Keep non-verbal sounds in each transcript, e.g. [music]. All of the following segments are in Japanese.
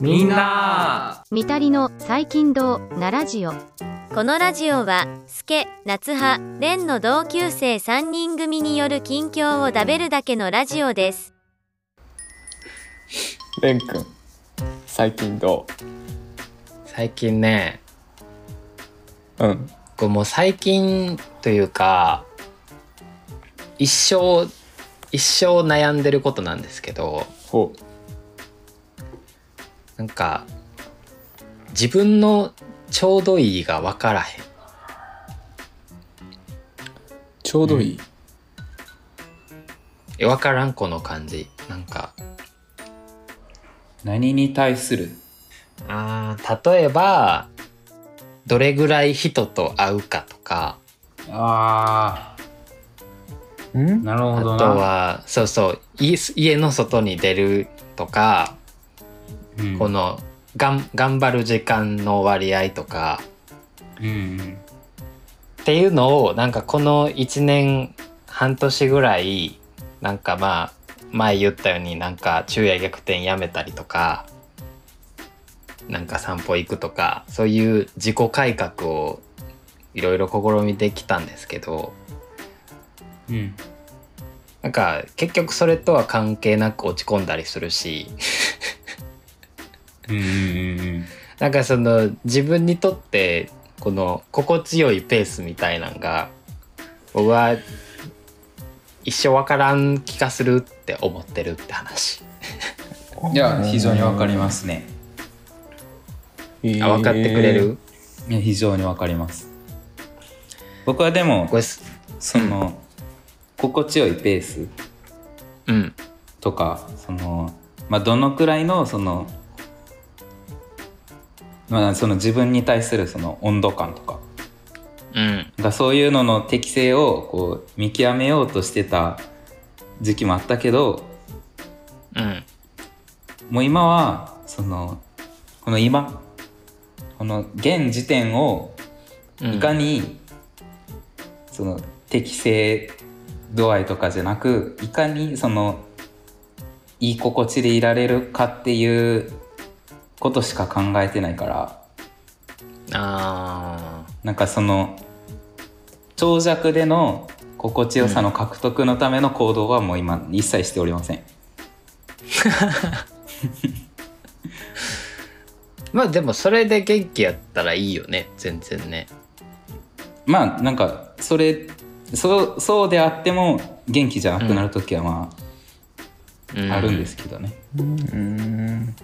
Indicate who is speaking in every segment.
Speaker 1: みんな
Speaker 2: みたりの最近どうなラジオ
Speaker 3: このラジオは、スケ、夏葉、レンの同級生3人組による近況をだべるだけのラジオです。
Speaker 4: レン君最近ど
Speaker 1: 最近ね
Speaker 4: ううん
Speaker 1: こうもう最近というか一生一生悩んでることなんですけど
Speaker 4: ほ
Speaker 1: なんか自分のちょうどいいが分からへん
Speaker 4: うちょうどいい、
Speaker 1: え分からんこの感じなんか
Speaker 5: 何に対する
Speaker 1: あー例えばどれぐらい人と会うかとか
Speaker 5: ああ
Speaker 4: ん
Speaker 5: なるほ
Speaker 1: あ
Speaker 5: ど
Speaker 1: と
Speaker 5: な
Speaker 1: はそうそう家家の外に出るとか
Speaker 5: うん、
Speaker 1: このがん頑張る時間の割合とか
Speaker 5: うんうん
Speaker 1: っていうのをなんかこの1年半年ぐらいなんかまあ前言ったようになんか昼夜逆転やめたりとかなんか散歩行くとかそういう自己改革をいろいろ試みてきたんですけど
Speaker 5: うん
Speaker 1: なんか結局それとは関係なく落ち込んだりするし
Speaker 5: うんうんうん
Speaker 1: なんかその自分にとってこの心地よいペースみたいなんが僕は一生わからん気がするって思ってるって話。
Speaker 5: うんいや非常にわかりますね
Speaker 1: あ分かってくれる、
Speaker 5: いや非常にわかります僕はでも
Speaker 1: これす
Speaker 5: その心地よいペース
Speaker 1: うん
Speaker 5: とかその、まあ、どのくらいのその,、まあ、その自分に対するその温度感とか
Speaker 1: うん
Speaker 5: なんかそういうのの適性をこう見極めようとしてた時期もあったけど
Speaker 1: うん
Speaker 5: もう今はそのこの今この現時点を
Speaker 1: うん
Speaker 5: いかにその適正度合いとかじゃなくいかにそのいい心地でいられるかっていうことしか考えてないから
Speaker 1: あ
Speaker 5: なんかその長尺での心地よさの獲得のための行動はもう今一切しておりません。
Speaker 1: ーまあでもそれで元気やったらいいよね全然ね
Speaker 5: まあなんかそれそうそうであっても元気じゃなくなる時はま
Speaker 1: う
Speaker 5: ああるんですけどね。
Speaker 4: うん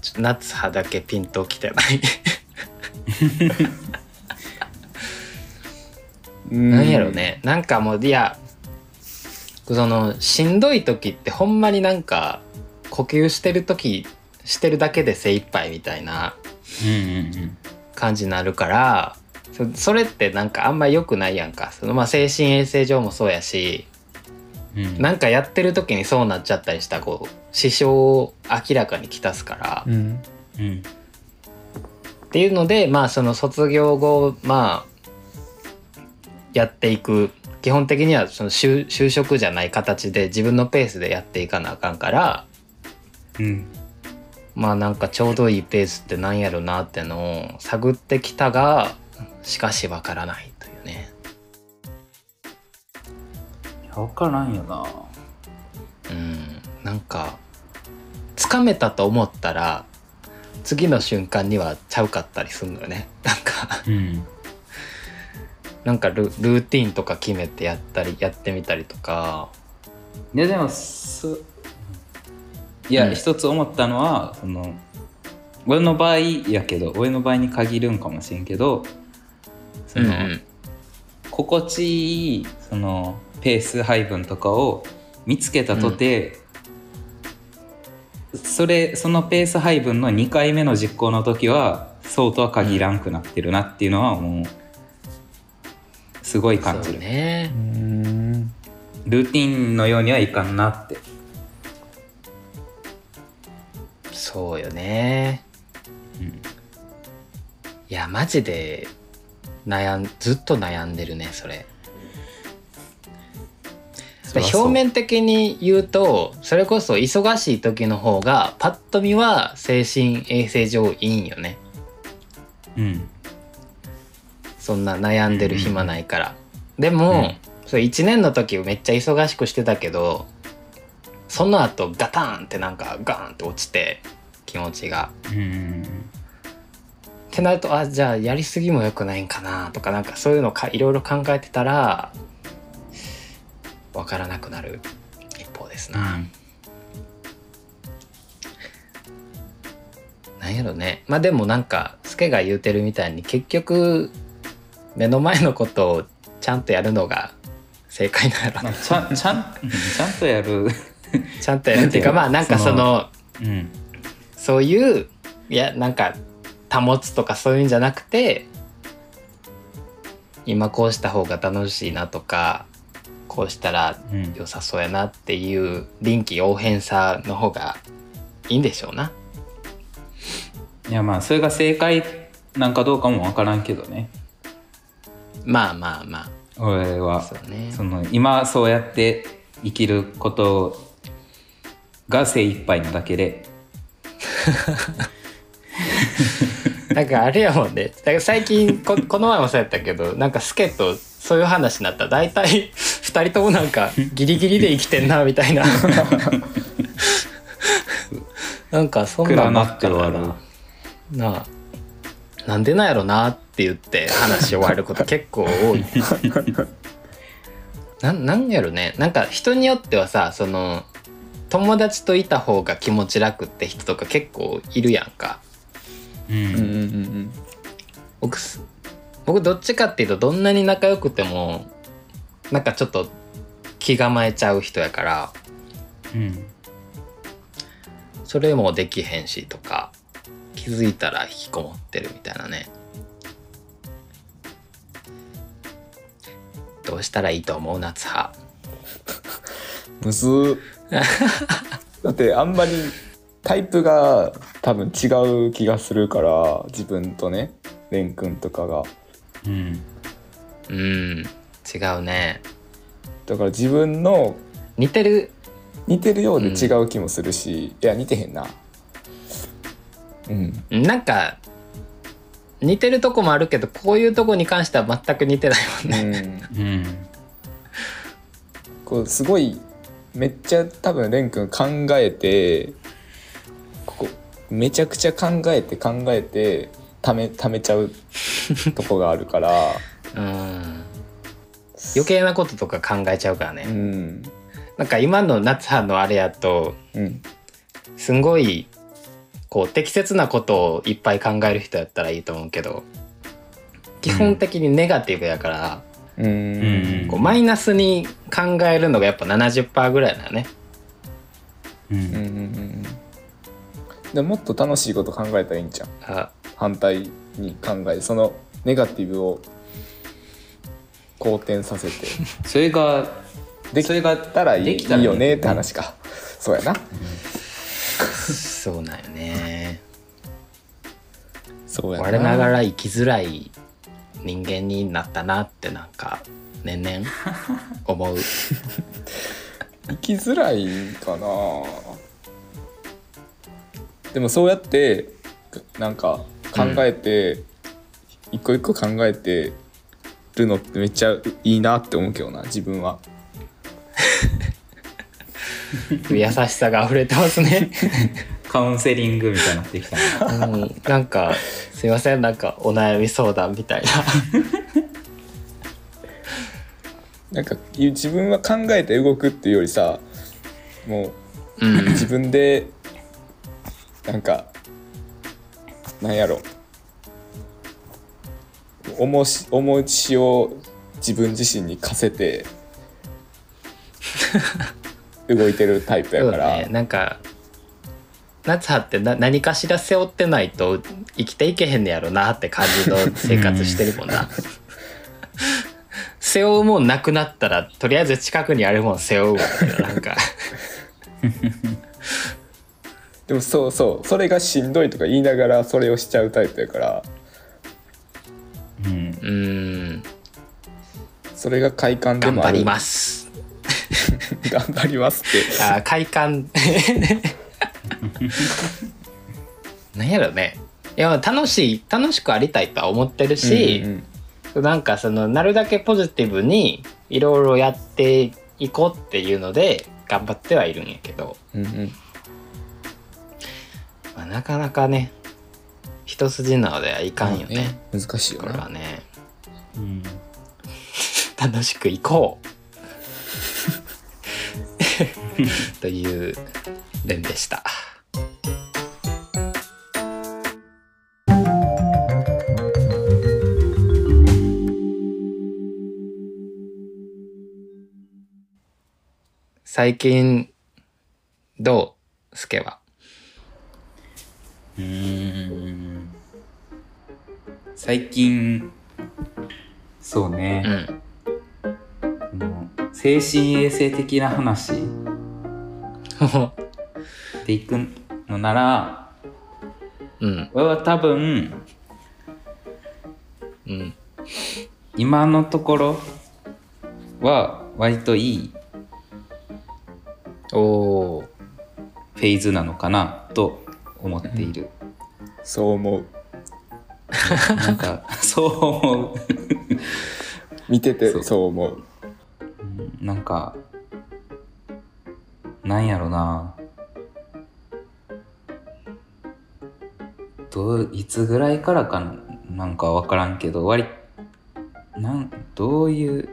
Speaker 1: ちょっと夏葉だけピンときてないなんやろねなんかもういやそのしんどい時ってほんまになんか呼吸してる時してるだけで精一杯みたいな
Speaker 5: うんうん
Speaker 1: 感じになるからそそれってなんかあんま良くないやんかその、まあ、精神衛生上もそうやし
Speaker 5: うんうん
Speaker 1: なんかやってる時にそうなっちゃったりしたらこう支障を明らかにきたすから、
Speaker 4: うん
Speaker 5: うん
Speaker 1: っていうのでまあその卒業後まあやっていく基本的にはその就就職じゃない形で自分のペースでやっていかなあかんから
Speaker 5: うん
Speaker 1: まあなんかちょうどいいペースってなんやろなってのを探ってきたがしかしわからないというね
Speaker 5: いや分からんよな
Speaker 1: うんなんかつかめたと思ったら次の瞬間にはちゃうかったりすんのよねなんか
Speaker 5: うん
Speaker 1: なんかルルーティンとか決めてやったりやってみたりとか
Speaker 5: いやでもそいや、
Speaker 1: うん
Speaker 5: 一つ思ったのはその俺の場合やけど俺の場合に限るんかもしれんけどその、心地いいそのペース配分とかを見つけたとて、それそのペース配分の2回目の実行の時はそうとは限らんくなってるなっていうのはもうすごい感じ
Speaker 1: そう
Speaker 5: る、
Speaker 1: ね
Speaker 4: うん
Speaker 5: ルーティンのようにはいかんなって
Speaker 1: そうよね、
Speaker 5: うん
Speaker 1: いやマジで悩んずっと悩んでるねそれ
Speaker 4: そりゃそう
Speaker 1: 表面的に言うとそれこそ忙しい時の方がパッと見は精神衛生上いいんよね
Speaker 5: うん
Speaker 1: そんな悩んでる暇ないから、でも、それ1年の時めっちゃ忙しくしてたけどその後ガタンってなんかガーンって落ちて気持ちが
Speaker 5: うん
Speaker 1: ってなるとあじゃあやりすぎも良くないんかなとかなんかそういうのかいろいろ考えてたらわからなくなる一方です
Speaker 5: う
Speaker 1: な。
Speaker 5: ん
Speaker 1: なんやろねまあでもなんかスケが言うてるみたいに結局目の前のことをちゃんとやるのが正解なんやろ
Speaker 5: まあ
Speaker 1: な
Speaker 5: ちゃんちゃんうんちゃんとやる
Speaker 1: ちゃんとやるっていうかまあなんかその
Speaker 5: うん
Speaker 1: そういういやなんか保つとかそういうんじゃなくて今こうした方が楽しいなとかこうしたら
Speaker 5: うん
Speaker 1: 良さそうやなっていう臨機応変さの方がいいんでしょうな。
Speaker 5: いやまあそれが正解なんかどうかもわからんけどね
Speaker 1: まあまあま
Speaker 5: 俺
Speaker 1: あ。
Speaker 5: は
Speaker 1: そうね。
Speaker 5: その今そうやって生きることが精一杯なだけで
Speaker 1: なんかあれやもんね。だから最近こ [laughs] この前もそうやったけど、なんかスケとそういう話になったら大体二人ともなんかギリギリで生きてんなみた
Speaker 5: [laughs]
Speaker 1: いな。なんかそんな
Speaker 5: 暗
Speaker 1: ん
Speaker 5: な
Speaker 1: ば
Speaker 5: っ
Speaker 1: ってか
Speaker 5: 終
Speaker 1: だ
Speaker 5: わ
Speaker 1: な
Speaker 5: る。
Speaker 1: なあ。なんでなんやろなって言って話終わること結構多い、ね。なんなんやろねなんか人によってはさその友達といた方が気持ち楽って人とか結構いるやんか
Speaker 5: う
Speaker 4: うんうん
Speaker 5: ん
Speaker 4: うん
Speaker 1: 僕す僕どっちかっていうとどんなに仲良くてもなんかちょっと気構えちゃう人やから
Speaker 5: うん
Speaker 1: それもできへんしとか気づいたら引きこもってるみたいなねどうしたらいいと思う夏葉
Speaker 4: むずー [laughs] だってあんまりタイプが多分違う気がするから自分とね蓮くんとかが
Speaker 5: うん
Speaker 1: うん違うね
Speaker 4: だから自分の
Speaker 1: 似てる
Speaker 4: 似てるようで違う気もするし、いや似てへんなうん
Speaker 1: なんか似てるとこもあるけどこういうとこに関しては全く似てないもん
Speaker 4: う
Speaker 1: ね。
Speaker 4: ん
Speaker 5: うん
Speaker 4: こうすごいめっちゃ多分蓮くん考えてここめちゃくちゃ考えて考えてためためちゃ
Speaker 1: [laughs]
Speaker 4: うとこがあるから
Speaker 1: うん余計なこととか考えちゃうからね。
Speaker 4: うん
Speaker 1: なんか今の夏葉のあれやと
Speaker 4: うん
Speaker 1: すんごいこう適切なことをいっぱい考える人やったらいいと思うけど基本的にネガティブやから、
Speaker 4: うん
Speaker 5: うん
Speaker 1: こうマイナスに考えるのがやっぱ70%ぐらいだよね。
Speaker 5: う
Speaker 4: うん
Speaker 5: ん
Speaker 4: うんうんうんでもっと楽しいこと考えたらいいんじゃん
Speaker 1: あ
Speaker 4: 反対に考えそのネガティブを好転させて
Speaker 1: [laughs]
Speaker 5: それが
Speaker 4: でき
Speaker 5: それが
Speaker 4: たらいい
Speaker 5: できたら
Speaker 4: いいよねって話かそうやな
Speaker 1: そうなんよね。
Speaker 4: そう
Speaker 1: 我ながら生きづらい人間になったなってなんか年々思う
Speaker 4: 生きづらいかなでもそうやってなんか考えて、一個一個考えてるのってめっちゃいいなって思うけどな自分は
Speaker 1: 優しさが溢れてますね、
Speaker 5: カウンセリングみたいになってきたね
Speaker 1: うん、なんかすいませんなんかお悩み相談みたいな
Speaker 4: なんか自分は考えて動くっていうよりさもう
Speaker 1: うん
Speaker 4: [clears throat] 自分でなんかなんやろ重し重しを自分自身に課せ
Speaker 1: [laughs]
Speaker 4: て動いてるタイプや
Speaker 1: そう
Speaker 4: か
Speaker 1: だ
Speaker 4: ら
Speaker 1: ねなんか夏葉ってな何かしら背負ってないと生きていけへんねやろなって感じの生活してるもんな背負うもんなくなったらとりあえず近くにあるもん背負うわなん
Speaker 4: [laughs]
Speaker 1: か
Speaker 4: でもそうそうそれがしんどいとか言いながらそれをしちゃうタイプやから
Speaker 5: うん
Speaker 1: うん
Speaker 4: それが快感で
Speaker 1: 頑
Speaker 4: もあ
Speaker 1: 張
Speaker 4: る
Speaker 1: ります
Speaker 4: [laughs] 頑張りますって
Speaker 1: [laughs] あー
Speaker 4: [laughs]
Speaker 1: 快感なんやろねいや楽しい楽しくありたいとは思ってるし、
Speaker 4: うんうん
Speaker 1: なんかそのなるだけポジティブにいろいろやっていこうっていうので頑張ってはいるんやけど、
Speaker 4: うんうん
Speaker 1: まあ、なかなかね一筋縄ではいかんよね、
Speaker 4: まあ難しいよ
Speaker 1: これは
Speaker 4: な
Speaker 1: ね
Speaker 5: うん
Speaker 1: 楽しくいこう [laughs] という連でした。最近どうスケは
Speaker 5: うーん最近そう
Speaker 1: う
Speaker 5: ね、
Speaker 1: ん
Speaker 5: あの精神衛生的な話でいくのなら
Speaker 1: うん
Speaker 5: 俺は多分
Speaker 1: うん
Speaker 5: 今のところは割といい
Speaker 1: おお
Speaker 5: フェーズなのかなと思っている、
Speaker 4: そう思う
Speaker 5: なんかそう思
Speaker 4: 見てて
Speaker 5: そう
Speaker 4: そう思う
Speaker 5: うなんかなんやろなどういつぐらいからかななんか分からんけど割なんどういう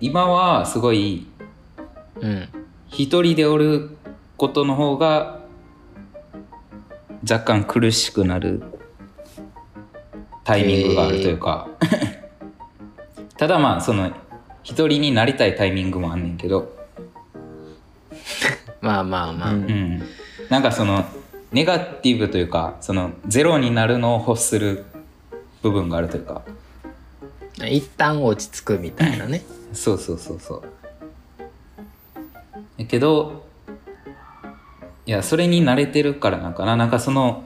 Speaker 5: 今はすごい
Speaker 1: うん
Speaker 5: 一人でおることの方が若干苦しくなるタイミングがあるというか、ただまあその一人になりたいタイミングもあんねんけど、
Speaker 1: まあまあまあ、
Speaker 4: う
Speaker 5: うんん、なんかそのネガティブというかそのゼロになるのを欲する部分があるというか
Speaker 1: 一旦落ち着くみたいなね
Speaker 5: そうそうそうそうやけどいやそれに慣れてるからなんかななんかその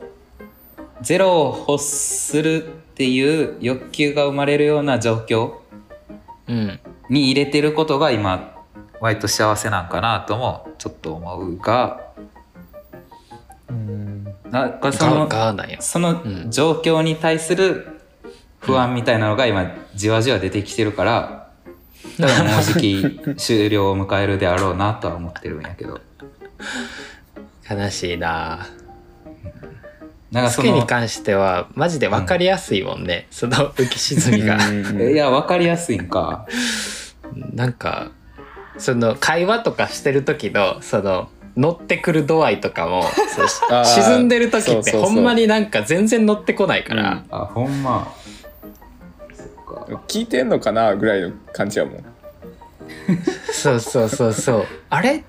Speaker 5: ゼロを欲するっていう欲求が生まれるような状況
Speaker 1: うん
Speaker 5: に入れてることが今割と幸せなんかなともちょっと思うが
Speaker 4: うん
Speaker 5: なんかそ
Speaker 1: ガ
Speaker 5: の
Speaker 1: ーガーなんや
Speaker 5: そうの
Speaker 1: ん
Speaker 5: 状況に対する不安みたいなのが今じわじわ出てきてるから、多分もうじき終了を迎えるであろうなとは思ってるんやけど
Speaker 1: 悲しいな
Speaker 5: なんか
Speaker 1: ス
Speaker 5: そ
Speaker 1: ケに
Speaker 5: の
Speaker 1: 関してはマジで分かりやすいもんね、その浮き沈みが [laughs]
Speaker 5: いや分かりやすいんか
Speaker 1: なんかその会話とかしてる時のその乗ってくる度合いと
Speaker 5: [laughs]
Speaker 1: かもそうし
Speaker 4: あー
Speaker 1: 沈んでる時
Speaker 4: そ
Speaker 1: っ
Speaker 4: うそう
Speaker 1: て
Speaker 4: そう
Speaker 1: ほんまになんか全然乗ってこないから、
Speaker 5: あほんまそっか
Speaker 4: 聞いてんのかなぐらいの感じやもん
Speaker 1: そうそうそうそう [laughs] あれ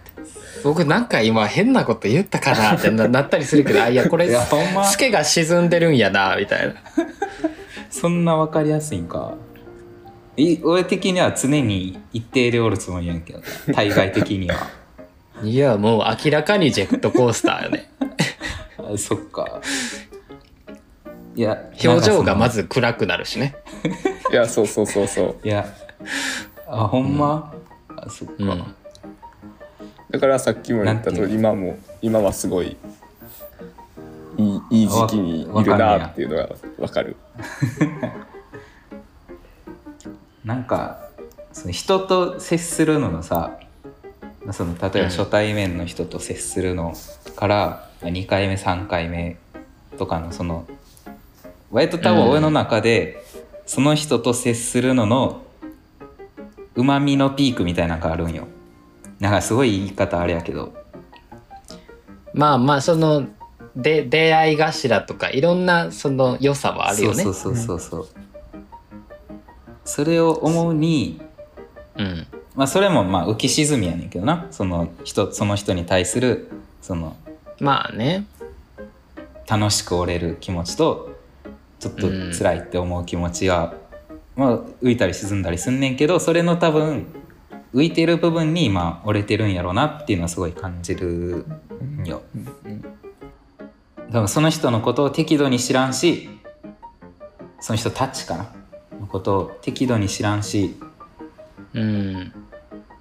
Speaker 1: 僕なんか今変なこと言ったかなってななったりするけどあいやこれ
Speaker 5: いやほんま
Speaker 1: スケが沈んでるんやなみたいな
Speaker 5: そんな分かりやすいんかい俺的には常に一定でおるつもりやんけど対外的にはい [laughs]
Speaker 1: やもう明らかにジェットコースターよね
Speaker 5: あそっかいや
Speaker 1: 表情がま
Speaker 5: ず
Speaker 1: ず暗くなるしね
Speaker 4: いやそうそうそうそう
Speaker 5: いや、あ、ほんま、あ、そっか。
Speaker 1: うん
Speaker 4: だからさっきも言った
Speaker 5: な
Speaker 4: 通
Speaker 5: んて
Speaker 4: り今も今はすごいいいいい時期にいるなっていうのがわかる
Speaker 5: なんか、その人と接するののさ、その例え
Speaker 1: うん
Speaker 5: ば初対面の人と接するのから、2回目、3回目とかの、その、割と多
Speaker 1: うん
Speaker 5: 分俺の中で、その人と接するのの、うまみのピークみたいなのがあるんよ。なんかすごい言い方あれやけど。
Speaker 1: まあまあそので出会い頭とかいろんなその良さはあるよね
Speaker 5: そうそうそうそう。それを思うに、
Speaker 1: うん
Speaker 5: まあ、それもまあ浮き沈みやねんけどなその人その人に対するその
Speaker 1: まあね
Speaker 5: 楽しく折れる気持ちとちょっと辛いって思う気持ちが、まあ、浮いたり沈んだりすんねんけどそれの多分浮いてる部分に今折れてるんやろうなっていうのはすごい感じるんよ。多分その人のことを適度に知らんしその人たちかなのことを適度に知らんし
Speaker 1: うん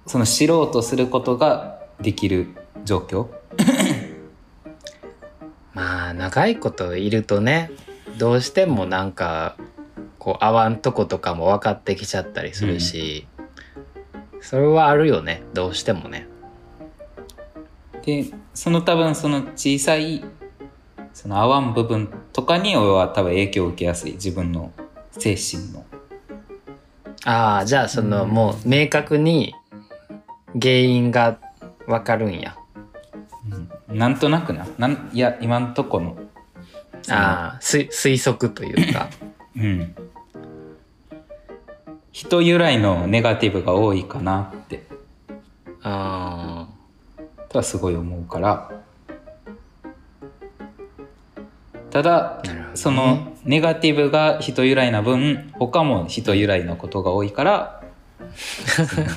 Speaker 5: その知ろうとすることができる状況
Speaker 1: まあ長いこといるとねどうしてもなんかこう合わんとことかも分かってきちゃったりするし、それはあるよねどうしてもね。
Speaker 5: でその多分その小さいその合わん部分とかに俺は多分影響を受けやすい自分の精神の
Speaker 1: ああじゃあその、
Speaker 5: うん
Speaker 1: もう明確に原因が分かるんや。
Speaker 5: なんとなくななんいや今んとこの
Speaker 1: ああ推推測というか。
Speaker 5: うん人由来のネガティブが多いかなって
Speaker 1: あ
Speaker 5: とはすごい思うからただ
Speaker 1: あなるほどね
Speaker 5: そのネガティブが人由来な分他も人由来のことが多いから [laughs] その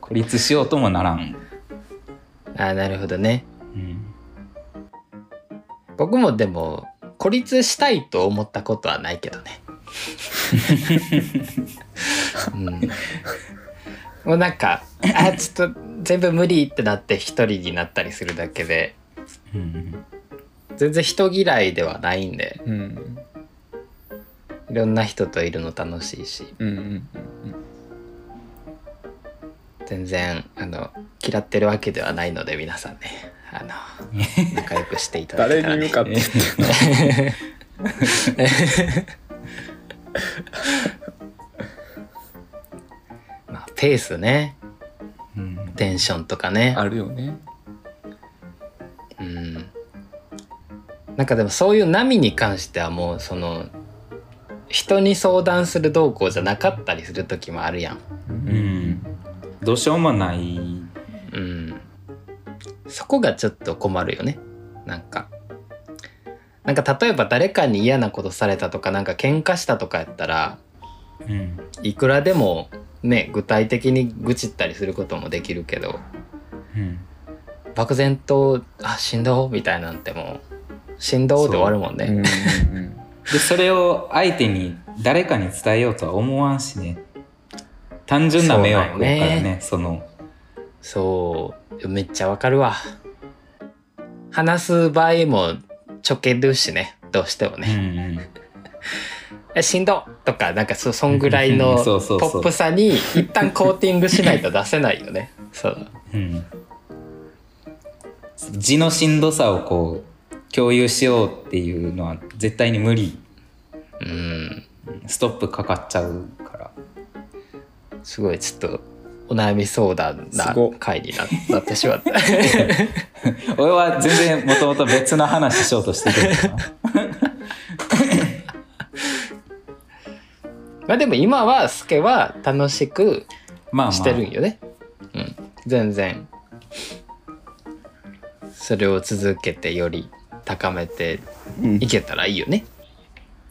Speaker 5: 孤立しようともならん、
Speaker 1: あーなるほどね。
Speaker 5: うん
Speaker 1: 僕もでも孤立したいと思ったことはないけどね。うん、もうなんかあちょっと全部無理ってなって一人になったりするだけで
Speaker 5: うん
Speaker 1: 全然人嫌いではないんで
Speaker 4: うん
Speaker 1: いろんな人といるの楽しいし
Speaker 4: うんうん
Speaker 1: 全然あの嫌ってるわけではないので皆さんねあの仲良くしていただ
Speaker 4: 誰
Speaker 1: けたら、
Speaker 4: に
Speaker 1: ね
Speaker 4: 向、かって言ってんの
Speaker 1: まあ、ペースね
Speaker 5: うん
Speaker 1: テンションとかね
Speaker 4: あるよね
Speaker 1: うんなんかでもそういう波に関してはもうその人に相談する動向じゃなかったりする時もあるやん、
Speaker 5: うんどうしようもない
Speaker 1: うん、そこがちょっと困るよねなんかなんか例えば誰かに嫌なことされたとかなんか喧嘩したとかやったら
Speaker 5: うん
Speaker 1: いくらでもね具体的に愚痴ったりすることもできるけど
Speaker 5: うん
Speaker 1: 漠然と「あしんど」みたいなんてもう「しんど」で終わるもん
Speaker 4: うんう
Speaker 1: ね
Speaker 4: んうん
Speaker 5: でそれを相手に誰かに伝えようとは思わんしね単純な迷惑やからねその
Speaker 1: そうめっちゃわかるわ話す場合もちょけるしねどうしても
Speaker 5: うん
Speaker 1: ね「えしんど」とかなんかそそんぐらい
Speaker 5: うん
Speaker 1: の
Speaker 5: そ
Speaker 1: ポ
Speaker 5: うそうそう
Speaker 1: ップさに一旦コーティングしないと出せないよね [laughs] そう
Speaker 5: うんうん字のしんどさをこう共有しようっていうのは絶対に無理
Speaker 1: うん
Speaker 5: ストップかかっちゃうから
Speaker 1: すごいちょっとお悩み相談な
Speaker 4: すご
Speaker 1: 回にななってしまった [laughs]
Speaker 5: 俺は全然もともと別の話しようとしてた
Speaker 1: [laughs]
Speaker 5: か
Speaker 1: まあでも今はスケは楽しく
Speaker 5: まあまあ
Speaker 1: してるんよね、うん全然それを続けてより高めていけたらいいよね、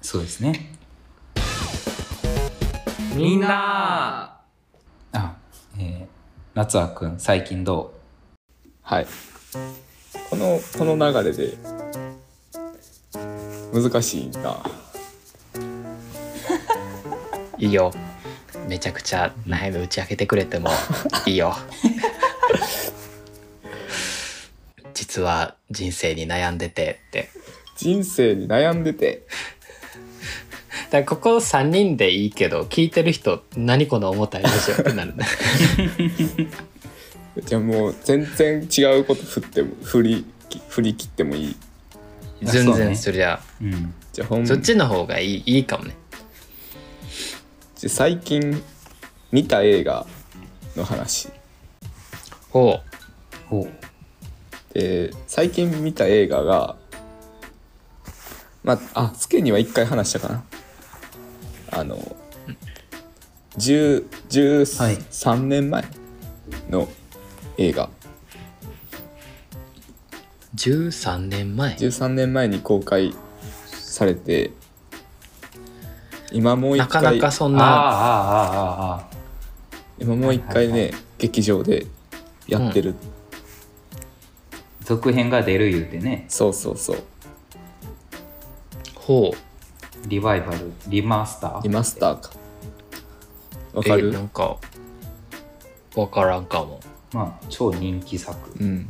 Speaker 5: そうですね
Speaker 1: みんな
Speaker 5: あえー、夏和くん最近ど
Speaker 4: はいこのこの流れで難しいない
Speaker 1: いよめちゃくちゃ悩み打ち明けてく
Speaker 5: [laughs]
Speaker 1: れてもいいよ実は人生に悩んでてって
Speaker 4: 人生に悩んでて
Speaker 1: だからここ3人でいいけど聞いてる人何この重たいラジ
Speaker 5: [laughs]
Speaker 1: オってなる
Speaker 4: じゃあもう全然違うこと振っても振りき振り切ってもいい
Speaker 1: 全
Speaker 5: そう
Speaker 1: 然
Speaker 5: ね
Speaker 1: そりゃ
Speaker 5: ううん
Speaker 4: じゃあほん
Speaker 1: そっちの方がいいいいかもね
Speaker 4: じゃあ最近見た映画の話
Speaker 1: ほう
Speaker 5: ほう
Speaker 4: で最近見た映画がまああスケには一回話したかなあの10 13年前の映画、
Speaker 1: 13年前
Speaker 4: 13年前に公開されて今もう一
Speaker 1: なかな
Speaker 4: 回
Speaker 1: かそん
Speaker 5: ああ
Speaker 1: な
Speaker 5: ああああああ
Speaker 4: 今もう一回ね、劇場でやってる、
Speaker 5: 続編が出る言うてね
Speaker 4: そうそうそう
Speaker 1: ほう
Speaker 5: リバイバルリマスター
Speaker 4: リマスターかわ
Speaker 1: え
Speaker 4: かる
Speaker 1: なんか分からんかも
Speaker 5: まあ超人気
Speaker 1: [laughs]
Speaker 5: 作
Speaker 4: うん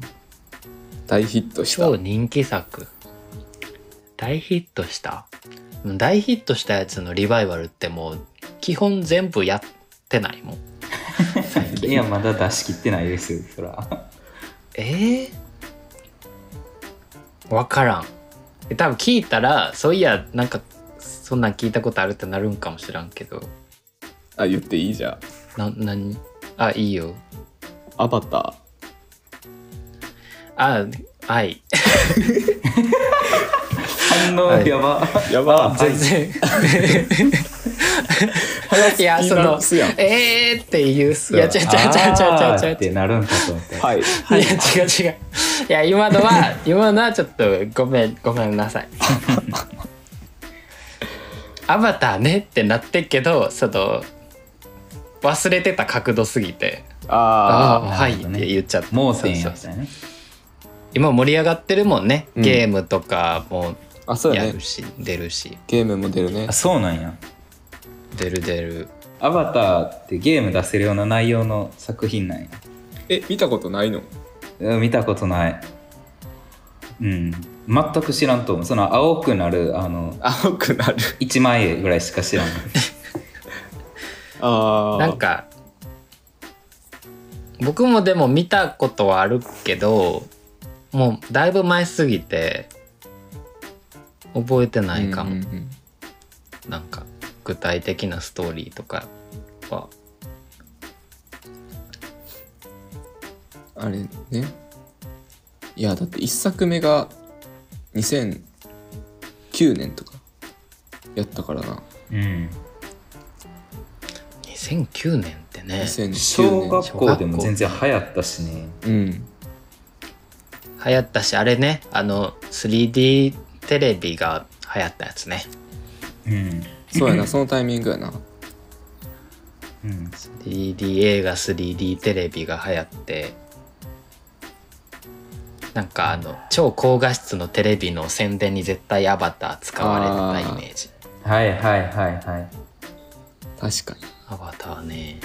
Speaker 4: 大ヒットした
Speaker 1: 超人気作大ヒットしたうん大ヒットしたやつのリバイバルってもう基本全部やってないもん
Speaker 5: い [laughs] やまだ出し切ってないですよそら [laughs]
Speaker 1: えー、分からんえ多分聞いたらそういやなんかそんなん聞いたことあるってなるんかもしらんけど
Speaker 4: あ言っていいじゃん
Speaker 1: な何あいいよ
Speaker 4: アバター
Speaker 1: あはい
Speaker 5: 反応
Speaker 1: はい
Speaker 5: やば、
Speaker 4: やば
Speaker 5: あ
Speaker 4: っ
Speaker 5: 全
Speaker 1: 全然いやその
Speaker 4: すやん
Speaker 1: えーっていういや違う違う違う違う
Speaker 5: あ
Speaker 1: 違う違
Speaker 5: ー
Speaker 1: う
Speaker 5: ってなるんかと思った
Speaker 4: はい
Speaker 1: いや違う違ういや今
Speaker 5: [laughs]
Speaker 1: のは今のはちょっとごめんごめんなさいアバターねってなってっけどその忘れてた角度すぎてあ
Speaker 4: あ
Speaker 1: あー
Speaker 5: な
Speaker 1: は
Speaker 5: る
Speaker 1: い
Speaker 5: ほど
Speaker 1: っ
Speaker 5: ね
Speaker 1: て言っちゃった
Speaker 5: 盲点
Speaker 1: そ
Speaker 5: や
Speaker 1: う
Speaker 5: っ
Speaker 1: そう
Speaker 5: たよね
Speaker 1: 今盛り上がってるもんね
Speaker 4: うん
Speaker 1: ゲームとかも
Speaker 4: ーあそうだ
Speaker 1: や
Speaker 4: ね
Speaker 1: るし、出るし
Speaker 4: ゲームも出るね
Speaker 5: あそうなんや
Speaker 1: 出る出る
Speaker 5: アバターってゲーム出せるような内容の作品なんや
Speaker 4: え見たことないの
Speaker 5: うん見たことないうん全く知らんと思うその青くなるあの
Speaker 4: 青くなる
Speaker 5: 1万円ぐらいしか知らん
Speaker 4: あ
Speaker 1: なんか僕もでも見たことはあるけどもうだいぶ前すぎて覚えてないかも、
Speaker 4: うんうんうん
Speaker 1: なんか具体的なストーリーとかは
Speaker 4: あれねいやだって1作目が2009年とかやったからな
Speaker 5: うん
Speaker 1: 2009年ってね
Speaker 5: 小
Speaker 4: 2009
Speaker 5: 学校でも全然流行ったしね
Speaker 4: 年うん
Speaker 1: 流行ったしあれねあの 3D テレビが流行ったやつね
Speaker 5: うん、
Speaker 4: そうやなそのタイミングやな
Speaker 5: うん、
Speaker 1: 3D 映画 3D テレビが流行ってなんかあの超高画質のテレビの宣伝に絶対アバター使われてたイメージ
Speaker 5: はいはいはいはい
Speaker 4: 確かに
Speaker 1: アバターね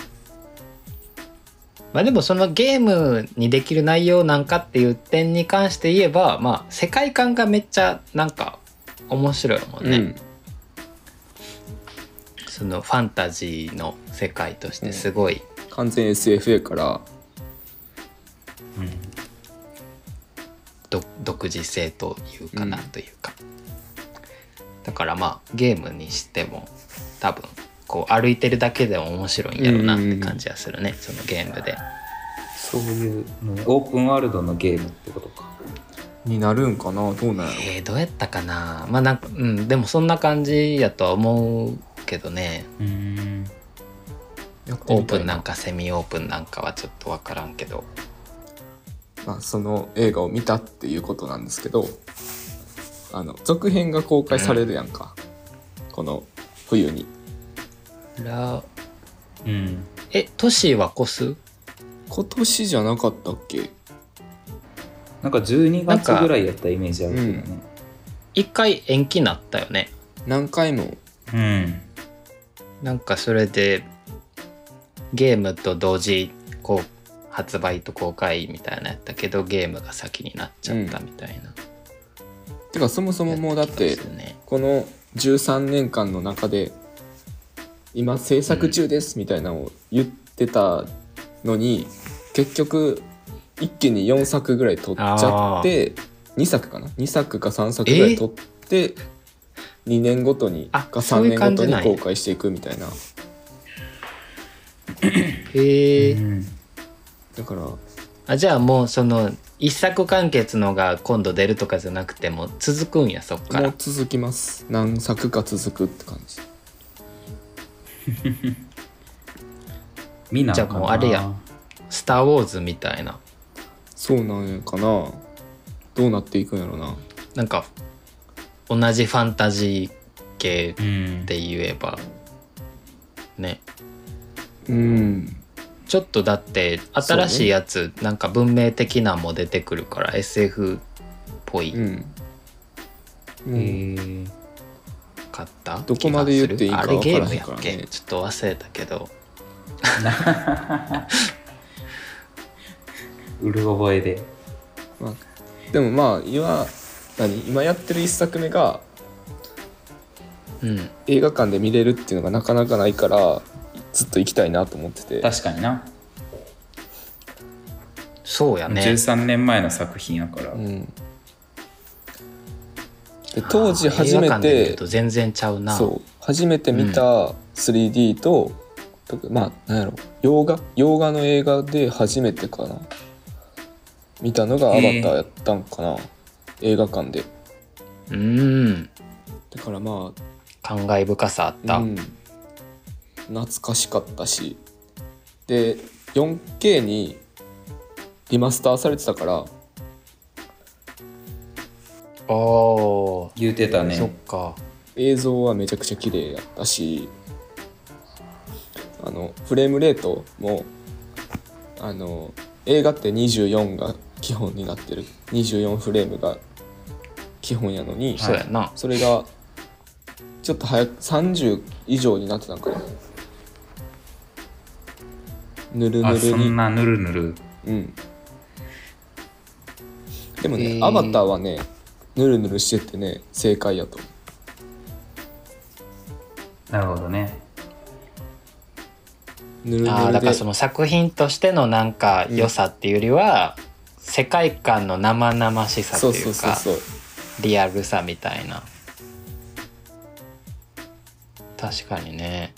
Speaker 1: まあでもそのゲームにできる内容なんかっていう点に関して言えばまあ世界観がめっちゃなんか面白いもんね、
Speaker 4: うん
Speaker 1: そのファンタジーの世界としてすごい、
Speaker 4: 完全 SF やから
Speaker 1: ど独自性というか
Speaker 4: うん
Speaker 1: なんというか、だからまあゲームにしても多分こう歩いてるだけでも面白いんやろうなって感じはするね、そのゲームで
Speaker 5: そういうのオープンワールドのゲームってことか
Speaker 4: になるんかなどうなんやろ
Speaker 1: えー、どうやったかなまあなんかうんでもそんな感じやとは思うけどね
Speaker 5: うん
Speaker 4: やって
Speaker 1: オー
Speaker 4: みた
Speaker 1: プ
Speaker 4: い
Speaker 1: ンなんかセミオープンなんかはちょっとわからんけど
Speaker 4: まあ、その映画を見たっていうことなんですけどあの続編が公開されるやんか、この冬に
Speaker 1: ら
Speaker 5: うん
Speaker 1: えトシはコス
Speaker 4: 今年じゃなかったっけ
Speaker 5: なんか12月ぐらいやったイメージあるけどね
Speaker 1: 一回延期なったよね
Speaker 4: 何回も
Speaker 5: うん
Speaker 1: なんかそれでゲームと同時こう発売と公開みたいなやったけどゲームが先になっちゃったみたいな、
Speaker 4: てかそもそももうだって
Speaker 1: ね、
Speaker 4: この13年間の中で今制作中ですみたいなのを言ってたのに、結局一気に4作ぐらい取っちゃって2作かな2作か3作ぐらい取って2年ごとに
Speaker 1: あ
Speaker 4: か
Speaker 1: そ
Speaker 4: 3
Speaker 1: うい
Speaker 4: 年
Speaker 1: う
Speaker 4: ご
Speaker 1: 感
Speaker 4: と
Speaker 1: じ
Speaker 4: に
Speaker 1: なんや
Speaker 4: 公開していくみたいな
Speaker 1: へえ、
Speaker 5: うん
Speaker 4: だから
Speaker 1: あじゃあもうその一作完結のが今度出るとかじゃなくてもう続くんやそっか
Speaker 4: も
Speaker 1: ら
Speaker 4: う続きます何作か続くって感じ
Speaker 5: 見なあかんな
Speaker 1: じゃあもうあれや「スター・ウォーズ」みたいな
Speaker 4: そうなんやかなどうなっていくんやろな
Speaker 1: なんか同じファンタジー系
Speaker 5: う
Speaker 1: っ
Speaker 5: ん
Speaker 1: て言えばね
Speaker 4: うん
Speaker 1: ちょっとだって新しいやつ、なんか文明的なんも出てくるから SF っぽ
Speaker 4: う
Speaker 1: い
Speaker 4: んも
Speaker 5: へ
Speaker 4: う
Speaker 5: ー
Speaker 1: かった、
Speaker 4: どこまで言っていいか
Speaker 1: 気がするあれゲ
Speaker 4: わか
Speaker 1: ーム
Speaker 4: らへん
Speaker 1: や
Speaker 4: から
Speaker 1: っ
Speaker 4: ね
Speaker 1: けちょっと忘れたけど
Speaker 5: うる覚えで
Speaker 4: まあ、でもまあ今何今やってる一作目が
Speaker 1: うん
Speaker 4: 映画館で見れるっていうのがなかなかないからずっと行きたいなと思ってて
Speaker 5: 確かにな、
Speaker 1: そうやね
Speaker 5: 13年前の作品やから、
Speaker 4: うん、で当時
Speaker 1: あー映
Speaker 4: 初
Speaker 1: 画
Speaker 4: め
Speaker 1: 館で見る
Speaker 4: て
Speaker 1: と全然ちゃうな
Speaker 4: そう初めて見た 3D と、とまあなんやろ洋画洋画の映画で初めてかな見たのが「アバター」やったんかな、映画館で
Speaker 1: ううん
Speaker 4: だからま
Speaker 1: 感慨深さあった、
Speaker 4: あ、うん、懐かしかったしで 4K にリマスターされてたから
Speaker 1: おお
Speaker 5: 言うてた
Speaker 1: ー、
Speaker 5: ね
Speaker 1: そっか
Speaker 4: 映像はめちゃくちゃ綺麗やったしあのフレームレートもあの映画って24が基本になってる24フレームが基本やのに、
Speaker 1: そうやな、
Speaker 4: それがちょっと早く30以上になってたんかなぬるぬ
Speaker 5: あ
Speaker 4: る
Speaker 5: そん
Speaker 4: に
Speaker 5: なぬるぬる
Speaker 4: うんでもね、
Speaker 1: へー
Speaker 4: アバターはねぬるぬるしてってね正解やと思う
Speaker 5: なるほどね
Speaker 4: ぬるぬるで
Speaker 1: あーだからその作品としてのなんか良さっていうよりは、世界観の生々しさ
Speaker 4: そう
Speaker 1: というか
Speaker 4: そうそうそう
Speaker 1: リアルさみたいな確かにね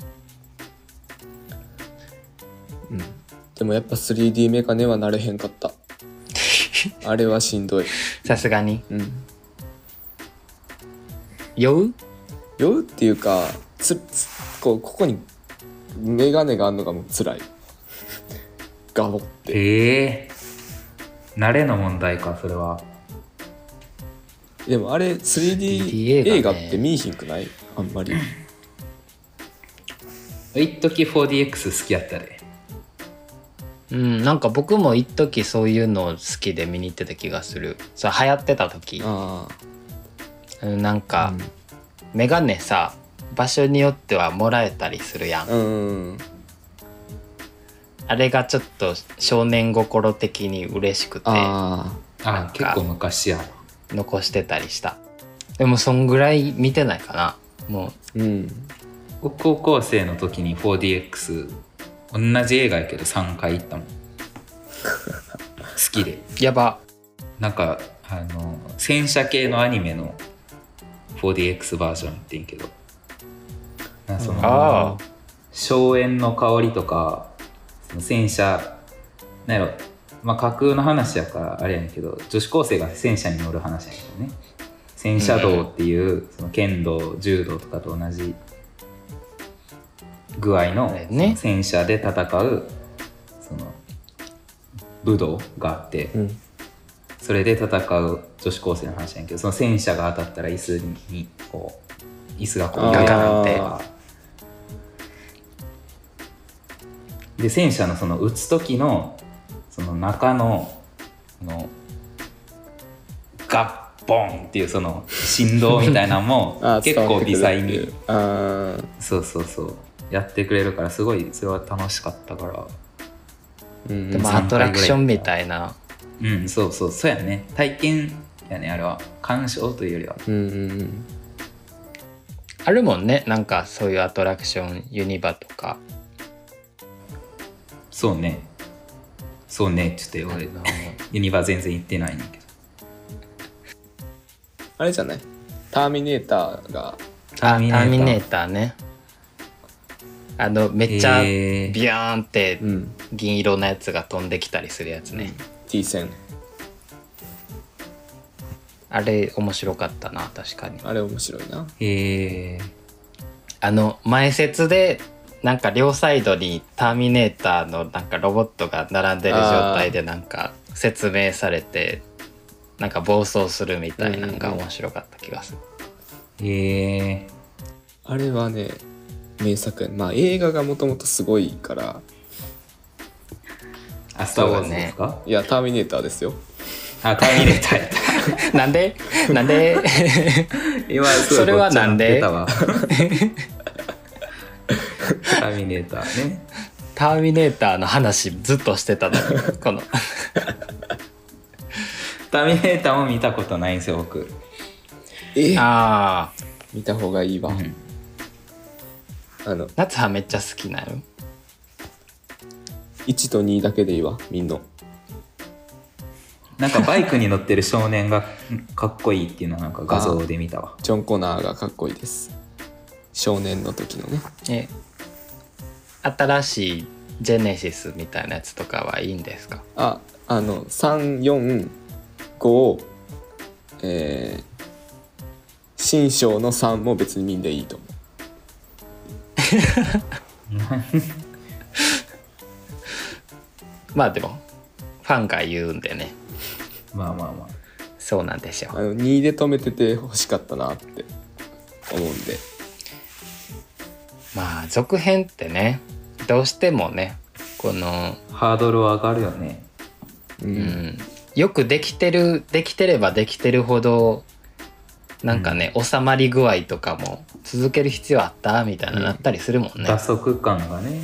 Speaker 4: でもやっぱ 3D メガネはなれへんか
Speaker 1: [laughs]
Speaker 4: った。あれはしんどい。
Speaker 1: さすがに
Speaker 4: うん。
Speaker 1: 酔う
Speaker 4: 酔うっていうか、つ、つこう、ここにメガネがあるのがもう辛い。ガボって。
Speaker 5: ええ慣れの問題かそれは
Speaker 4: でもあれ
Speaker 1: 3D
Speaker 4: 3D
Speaker 1: 映
Speaker 4: 映
Speaker 1: 画
Speaker 4: 画
Speaker 1: ね
Speaker 4: って見えひんくないあんまり。
Speaker 5: 一時 4DX 好きやったで
Speaker 1: うんなんか僕も一時そういうの好きで見に行ってた気がするそれ流行ってた時
Speaker 4: あ
Speaker 1: うんなん
Speaker 4: あ。
Speaker 1: か、メガネさ場所によってはもらえたりするやん、
Speaker 4: うん。うん。
Speaker 1: あれがちょっと少年心的に嬉しくて
Speaker 4: あ
Speaker 5: あ
Speaker 1: か
Speaker 5: 結構昔や
Speaker 1: 残してたりしたでもそんぐらい見てないかなも
Speaker 4: あ。うん。
Speaker 5: 高校生の時に 4DX 同じ映画やけど3回行った [laughs] もん好きで
Speaker 1: うやば
Speaker 5: なんかあの戦車系のアニメの 4DX バージョンやってんけどなんかそ
Speaker 1: あ
Speaker 5: の荘園の香りとかその戦車なんやろまあ架空の話やからあれやねんけど女子高生が戦車に乗る話やねんけどね戦車道っていう、その剣道柔道とかと同じ具合の,、
Speaker 1: ね
Speaker 5: 戦車で戦うその武道があって、
Speaker 4: うん。
Speaker 5: それで戦う女子高生の話なんやけどその戦車が当たったら椅子にこう椅子がこう
Speaker 4: あー
Speaker 5: ガガンってで戦車のその打つ時のその中のあのガッボンっていうその振動みたいなの
Speaker 4: あ
Speaker 5: も
Speaker 4: [laughs] あ。
Speaker 5: 結
Speaker 4: 伝わっ
Speaker 5: 構
Speaker 4: てくる
Speaker 5: 微細に。
Speaker 4: ああ。
Speaker 5: そうそうそうやってくれるからすごいそれは楽しかったから
Speaker 4: うん。
Speaker 1: でもアトラクションみたいな
Speaker 5: うんそうそうそうやね体験やねあれは鑑賞というよりは
Speaker 4: うんうん
Speaker 1: あるもんねなんかそういうアトラクションユニバとか
Speaker 5: そうね。そうね。ちょっと俺、ユニバー全然行ってないねんけど。
Speaker 4: あれじゃないターミネーターが
Speaker 1: あターミネー
Speaker 5: タ
Speaker 1: ターねあのめっちゃ
Speaker 5: へ
Speaker 1: ビ
Speaker 5: ー
Speaker 1: ヨーンって
Speaker 4: うん、
Speaker 1: 銀色のやつが飛んできたりするやつね
Speaker 4: T 線
Speaker 1: あれ面白かったな確かに
Speaker 4: あれ面白いな
Speaker 5: へえ。
Speaker 1: あの前説でなんか両サイドにターミネーターのなんかロボットが並んでる状態でなんか説明されてなんか暴走するみたいなのが面白かった気がする。
Speaker 5: へえ。
Speaker 4: あれはね名作やまあ映画がもともとすごいから
Speaker 5: あ、スター・ウォーズですか、
Speaker 4: いやターミネーターですよ
Speaker 5: あ、ターミネーターやった。
Speaker 1: なんでなんで
Speaker 5: 今、すご
Speaker 1: そ
Speaker 5: い
Speaker 1: れ
Speaker 5: [laughs]
Speaker 1: はなんで
Speaker 5: こっちになってたわターミネーターね。
Speaker 1: タターミネーターの話ずっとして [laughs] たのにこの
Speaker 5: ターミネーターも見たことないんですよ僕、
Speaker 4: え
Speaker 1: ああ
Speaker 4: 見た方がいいわ、
Speaker 5: うん
Speaker 4: あの
Speaker 1: 夏葉めっちゃ好きなよ
Speaker 4: 1と2だけでいいわみんな
Speaker 5: なんかバイクに乗ってる少年がかっこいいっていうのはなんか画像で見たわ
Speaker 4: ジョン・コナーがかっこいいです少年の時のね
Speaker 1: え新しいジェネシスみたいなやつとかはいいんですか
Speaker 4: ああの345えー、新章の3も別に見んでいいと思う
Speaker 1: まあでもファンが言うんでね
Speaker 5: まあまあまあ
Speaker 1: そうなんでしょう
Speaker 4: あの2で止めてて欲しかったなって思うんで
Speaker 1: まあ続編ってねどうしてもねこの
Speaker 5: ハードルは上がるよね
Speaker 4: う、
Speaker 1: うんんよくできてるできてればできてるほどなんかね、収まり具合とかも続ける必要あったみたいななったりするもんね、
Speaker 5: 打足感がね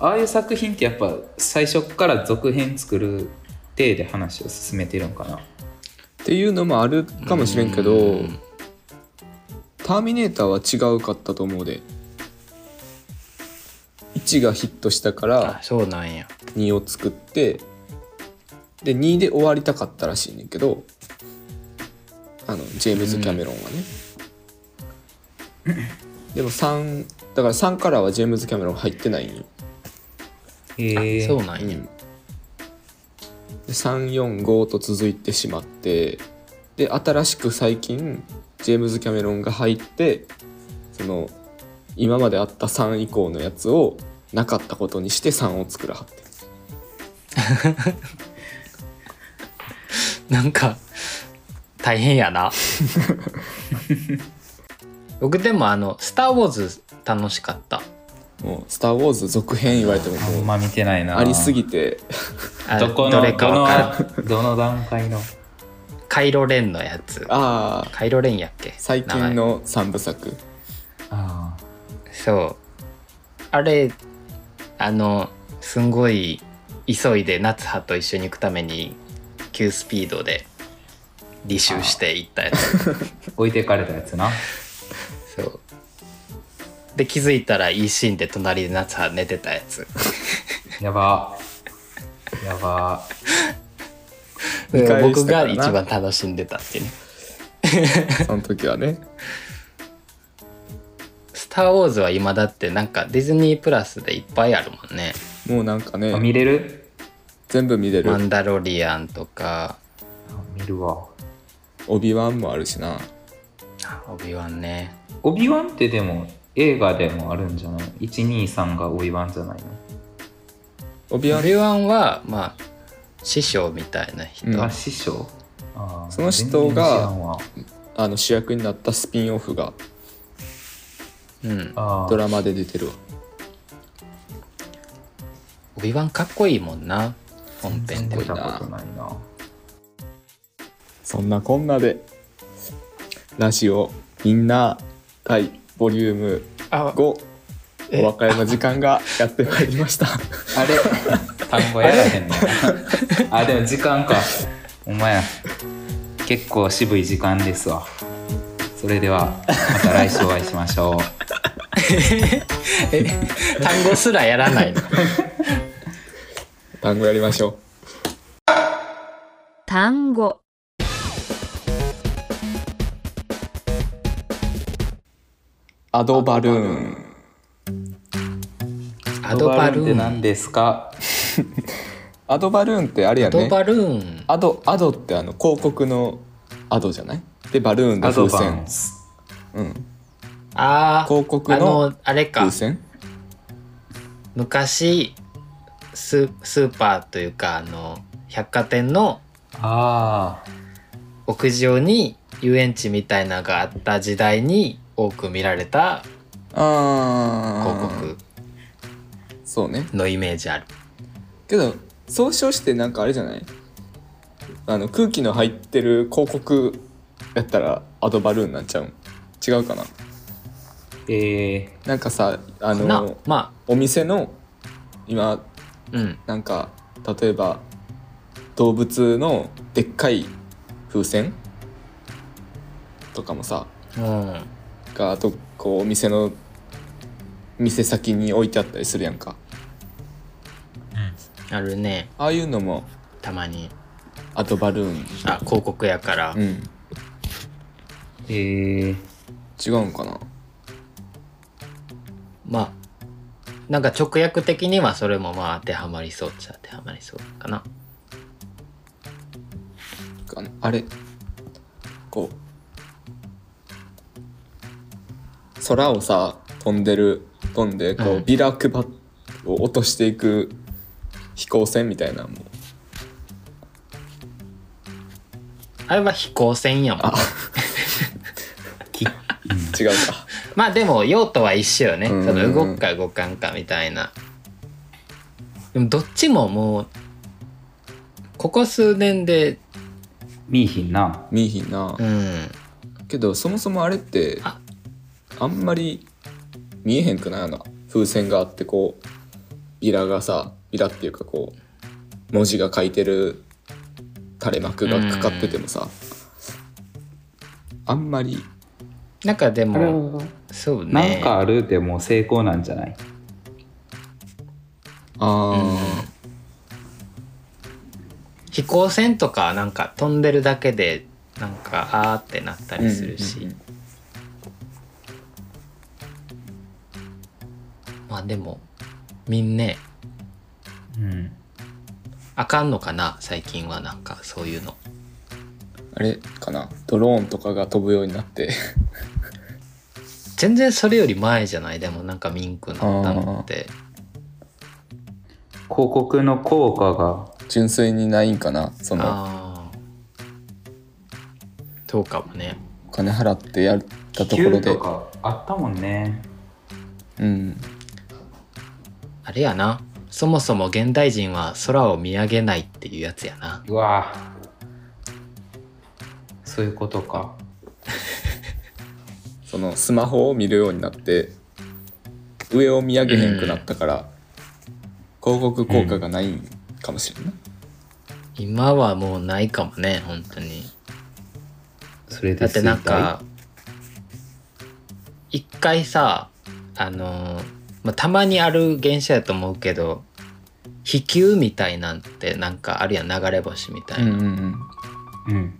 Speaker 5: ああいう作品ってやっぱ最初から続編作る体で話を進めてるんかな
Speaker 4: っていうのもあるかもしれんけど、
Speaker 1: うん
Speaker 4: ターミネーターは違うかったと思うで1がヒットしたか
Speaker 1: あ
Speaker 4: ら
Speaker 1: そうなんや
Speaker 4: 2を作ってで2で終わりたかったらしいねんけどあのジェームズ・キャメロンはね、でも3だから3からはジェームズ・キャメロン入ってないんよ、
Speaker 5: へえ
Speaker 1: そうなん
Speaker 4: う
Speaker 1: や、
Speaker 4: ん、345と続いてしまってで新しく最近ジェームズ・キャメロンが入ってその今まであった3以降のやつをなかったことにして3を作らはって
Speaker 1: なんか大変やな僕でもあの「スター・ウォーズ」楽しかった
Speaker 4: もう「スター・ウォーズ」続編言われても
Speaker 5: あん
Speaker 4: もう
Speaker 5: ま見てないな
Speaker 4: ありすぎて
Speaker 1: あ
Speaker 5: どこの
Speaker 1: れかわからん
Speaker 5: どのどの段階の
Speaker 1: カイロレンのやつ
Speaker 4: ああ
Speaker 1: カイロレンやっけ
Speaker 4: 最近の3部作
Speaker 5: あ
Speaker 1: 名前そうあれあのすんごい急いで夏葉と一緒に行くために急スピードで履修していったやつ
Speaker 5: あ置いてかれたやつな
Speaker 1: そうで気づいたらいいシーンで隣で夏葉寝てたやつ
Speaker 5: やばやば
Speaker 4: 見返した
Speaker 1: 僕
Speaker 4: か
Speaker 1: が
Speaker 4: ら
Speaker 1: 一
Speaker 4: な
Speaker 1: 番楽しんでたっていうね
Speaker 4: その時はね
Speaker 1: スター・ウォーズは今だってなんかディズニープラスでいっぱいあるもんね。
Speaker 4: もうなんか
Speaker 5: あ
Speaker 4: ね
Speaker 5: 見れる
Speaker 4: 全部見れ
Speaker 1: マ
Speaker 4: る
Speaker 1: ンダロリアンとか、
Speaker 5: あ見るわ
Speaker 4: オビワンもあるしな
Speaker 1: オビワンね。
Speaker 5: オビワンってでも映画でもあるんじゃない ?123 がオビワンじゃないの、
Speaker 4: オビワ
Speaker 1: オ
Speaker 4: ン
Speaker 1: ビワンは、まあ、師匠みたいな人。
Speaker 4: うん
Speaker 5: あ師匠あー
Speaker 4: その人が
Speaker 5: 全然知らんわ
Speaker 4: あの主役になったスピンオフが
Speaker 1: うん。
Speaker 5: あ
Speaker 4: ド
Speaker 5: ー
Speaker 4: ラマで出てるわ
Speaker 1: オビワンかっこいいもんな。本編で
Speaker 5: 見
Speaker 1: も。
Speaker 5: たことないな
Speaker 4: そんなこんなでラジオみんな対ボリューム
Speaker 1: あ
Speaker 4: 5お別れの時間 [laughs] がやってまいりま [laughs] した
Speaker 5: あれ [laughs] 単語やらへんねん [laughs] あでも時間かお前や結構渋い時間ですわそれではまた来週お会いしましょう
Speaker 1: え単語すらや
Speaker 4: [laughs]
Speaker 1: らないの。
Speaker 4: 単語やりましょう
Speaker 2: 単語
Speaker 4: アドバルーン
Speaker 1: アドバル
Speaker 5: って
Speaker 1: ーン。
Speaker 5: 何ですか
Speaker 4: アドバルーンってあれや
Speaker 1: アド
Speaker 4: ね
Speaker 1: バルーン。
Speaker 4: アドアドってあの広告のアドじゃないでバルーンで
Speaker 5: アド
Speaker 4: 風
Speaker 5: バン
Speaker 4: 船
Speaker 5: ス
Speaker 4: うん
Speaker 1: ああ、
Speaker 4: 広告の
Speaker 1: あの、あれか
Speaker 4: 風。船
Speaker 1: 昔、ススーパーというか、あの、百貨店の
Speaker 5: あ
Speaker 1: 屋上に遊園地みたいなのがあった時代に多く見られた
Speaker 4: あ
Speaker 1: 広
Speaker 4: ー
Speaker 1: 告
Speaker 4: そうね
Speaker 1: のイメージある
Speaker 4: けど総称してなんかあれじゃないあの空気の入ってる広告やったらアドバルーンなんちゃうん違うかな
Speaker 5: え
Speaker 4: なんかさあ
Speaker 1: な
Speaker 4: の
Speaker 1: ま
Speaker 4: お店の今
Speaker 1: あうん
Speaker 4: なんか例えば動物のでっかい風船とかもさ
Speaker 1: うん
Speaker 4: があとこうお店の店先に置いてあったりするやんか
Speaker 1: あるね
Speaker 4: ああいうのも
Speaker 1: たまに
Speaker 4: アドバルーン
Speaker 1: あ広告やから
Speaker 4: うん
Speaker 5: ー、えー、
Speaker 4: 違うんかな
Speaker 1: まあなんか直訳的にはそれもまあ当てはまりそうっちゃ当てはまりそうかな
Speaker 4: あのあれこう空をさ飛んでる飛んでこ
Speaker 1: う
Speaker 4: うんビラ配を落としていく飛行船みたいなのも
Speaker 1: あれは飛行船やもん
Speaker 4: あ
Speaker 5: き
Speaker 4: 違うか
Speaker 1: まあでも用途は一緒よね
Speaker 4: うん
Speaker 1: その動くか動かんかみたいなでもどっちももうここ数年で
Speaker 5: 見いひんな
Speaker 4: 見えひんな
Speaker 1: うん
Speaker 4: けどそもそもあれって
Speaker 1: あ
Speaker 4: あんまり見えへんくないあの風船があってこうビラがさビラっていうかこう文字が書いてる垂れ幕がかかっててもさあんまり
Speaker 1: なんかで
Speaker 5: あれ
Speaker 1: も
Speaker 5: は
Speaker 1: そうね
Speaker 5: なんかあるでもう成功なんじゃない
Speaker 4: あ
Speaker 1: 飛行船とかなんか飛んでるだけでなんかあーってなった
Speaker 4: あ
Speaker 1: りするし、まあでもみんな
Speaker 5: うん
Speaker 1: あかんのかな最近はなんかそういうの
Speaker 4: あれかなドローンとかが飛ぶようになって [laughs]
Speaker 1: 全然それより前じゃないでもなんかミンクなったのって
Speaker 5: 広告の効果が
Speaker 4: 純粋にないんかなその
Speaker 1: ああそうかもね
Speaker 4: お金払ってやったところ
Speaker 5: 9
Speaker 4: で
Speaker 5: とかあったもんね
Speaker 4: うん
Speaker 1: あれやなそもそも現代人は空を見上げないっていうやつやな
Speaker 5: うわそういうことか
Speaker 4: そのスマホを見るようになって上を見上げへんくなったから、広告効果がないんかもしれんない、
Speaker 1: 今はもうないかもね本当に
Speaker 5: それで
Speaker 1: だってなん
Speaker 5: 衰退
Speaker 1: か一回さあのーまあ、たまにある現象やと思うけど飛球みたいなんてなんかあるやん流れ星みたい
Speaker 4: う
Speaker 1: な、
Speaker 4: んうんうん
Speaker 5: うん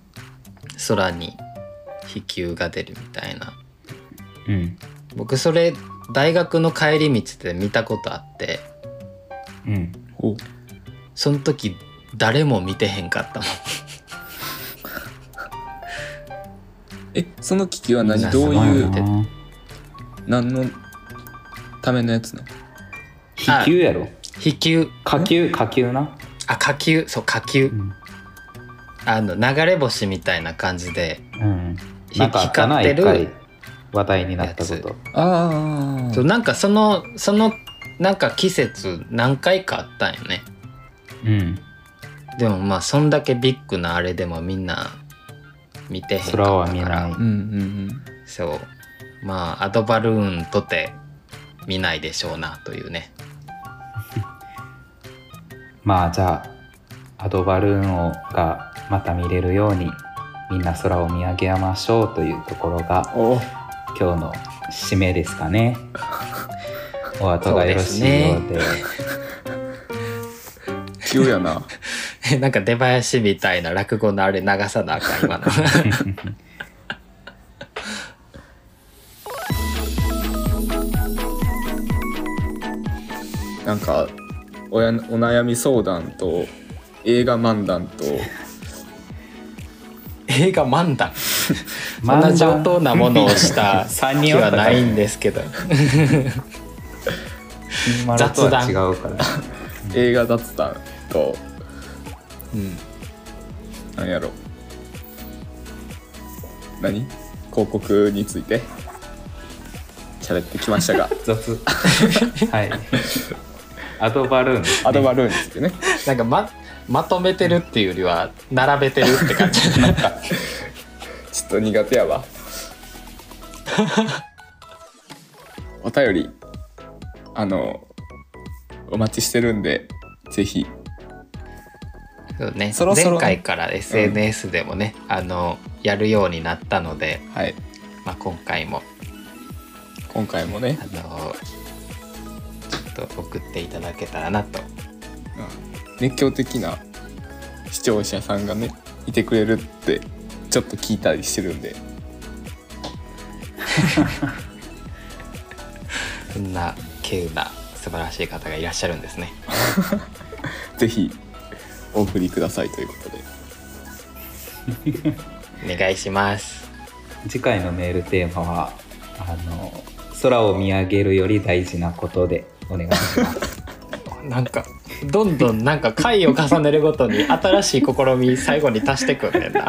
Speaker 1: 空に飛球が出るみたいな
Speaker 5: うん
Speaker 1: 僕それ大学の帰り道で見たことあって
Speaker 5: うん
Speaker 4: お
Speaker 1: その時誰も見てへんかったもん
Speaker 4: えその機器は何
Speaker 1: みんな
Speaker 4: どうい
Speaker 1: す
Speaker 4: う
Speaker 1: ごい
Speaker 5: な
Speaker 4: 何のためのやつなの
Speaker 5: 飛球やろ
Speaker 1: 飛球
Speaker 5: 火球火球な、
Speaker 1: あ火球そう火球
Speaker 5: うん
Speaker 1: あの流れ星みたいな感じで
Speaker 5: うん、
Speaker 1: ひ
Speaker 5: なんかあったな
Speaker 1: 光って
Speaker 5: 一
Speaker 1: る
Speaker 5: 回話題になったこと
Speaker 4: あ
Speaker 1: そう
Speaker 4: あ
Speaker 1: なんかそのそのなんか季節何回かあったんよね
Speaker 5: うん
Speaker 1: でもまあそんだけビッグなあれでもみんな見てへんかったから
Speaker 5: 空は見ない
Speaker 4: うんうん
Speaker 1: そうまあアドバルーンとて見ないでしょうなというね [laughs]
Speaker 5: まあじゃあアドバルーンをがまた見れるようにみんな空を見上げましょうというところが
Speaker 4: うんお
Speaker 5: 今日の締めですか
Speaker 1: [laughs]
Speaker 5: ね。お後がよろしいようで。
Speaker 4: 急やな
Speaker 1: なんか出囃子みたいな落語のあれ流さなあか
Speaker 5: [laughs]
Speaker 1: ん今の
Speaker 4: なんかおやお悩み相談と映画漫談と
Speaker 1: 映画漫談そん
Speaker 5: 漫
Speaker 1: な
Speaker 5: 談
Speaker 1: 上等なものを
Speaker 5: [laughs]
Speaker 1: した
Speaker 5: 3
Speaker 1: 気
Speaker 5: 人
Speaker 1: は
Speaker 5: は
Speaker 1: な
Speaker 5: ないい
Speaker 1: んですけど
Speaker 5: 雑談違うから。
Speaker 4: 映画雑談と
Speaker 1: うん
Speaker 4: 何やろ何広告について喋ってきました
Speaker 1: [laughs]
Speaker 4: が
Speaker 5: 雑。 [laughs] はい。アドバルーンですね。
Speaker 4: アドバルーンについてね
Speaker 1: なんかままとめてるっていうよりは並べてるって感じなんか
Speaker 4: ちょっと苦手やわお便りあのお待ちしてるんでぜひ
Speaker 1: そうね
Speaker 4: そろそろ
Speaker 1: 前回から SNS でもね、あのやるようになったので、
Speaker 4: はい
Speaker 1: まあ、今回も
Speaker 4: 今回もね
Speaker 1: あ、のちょっと送っていただけたらなと
Speaker 4: うん熱狂的な視聴者さんがねいてくれるってちょっと聞いたりしてるんで
Speaker 1: そんな稀有な素晴らしい方がいらっしゃるんですね。
Speaker 4: ぜひお送りくださいということで
Speaker 1: お願いします。
Speaker 5: 次回のメールテーマはあの空を見上げるより大事なことでお願いします [laughs]
Speaker 1: なんかどんどんなんか回を重ねるごとに新しい試み最後に足してくんねん [laughs] な。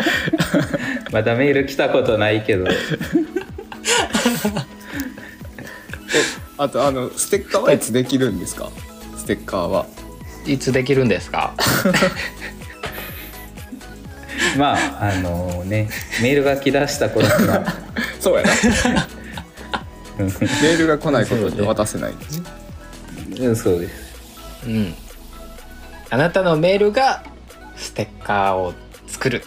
Speaker 5: まだメール来たことないけど
Speaker 4: あとあのステッカーはいつできるんですかステッカーはい
Speaker 1: つできるんです [laughs] か？
Speaker 5: まああのねメールが来だした頃には
Speaker 4: そう
Speaker 1: [laughs]
Speaker 4: やなメールが来ないこと
Speaker 1: そう
Speaker 4: で
Speaker 1: ね
Speaker 4: 渡せないんですね
Speaker 5: うんそうです
Speaker 1: うん。あなたのメールがステッカーを作る。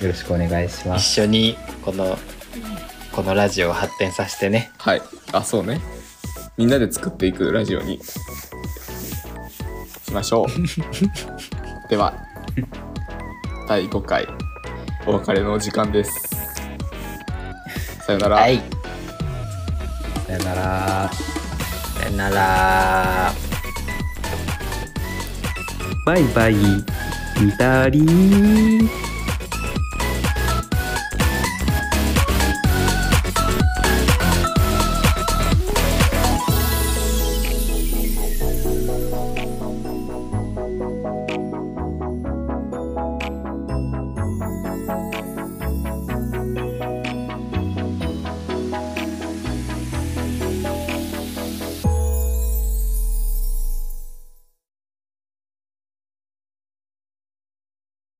Speaker 5: よろしくお願いしま
Speaker 1: 一
Speaker 5: す
Speaker 1: 緒にこのこのラジオを発展させてね。
Speaker 4: はいあそうねみんなで作っていくラジオにしま
Speaker 1: [laughs]
Speaker 4: しょうでは第5回お別れのお時間ですさよなら、
Speaker 1: はい。
Speaker 5: さよなら
Speaker 1: さよなら。
Speaker 5: バイバイ見たりー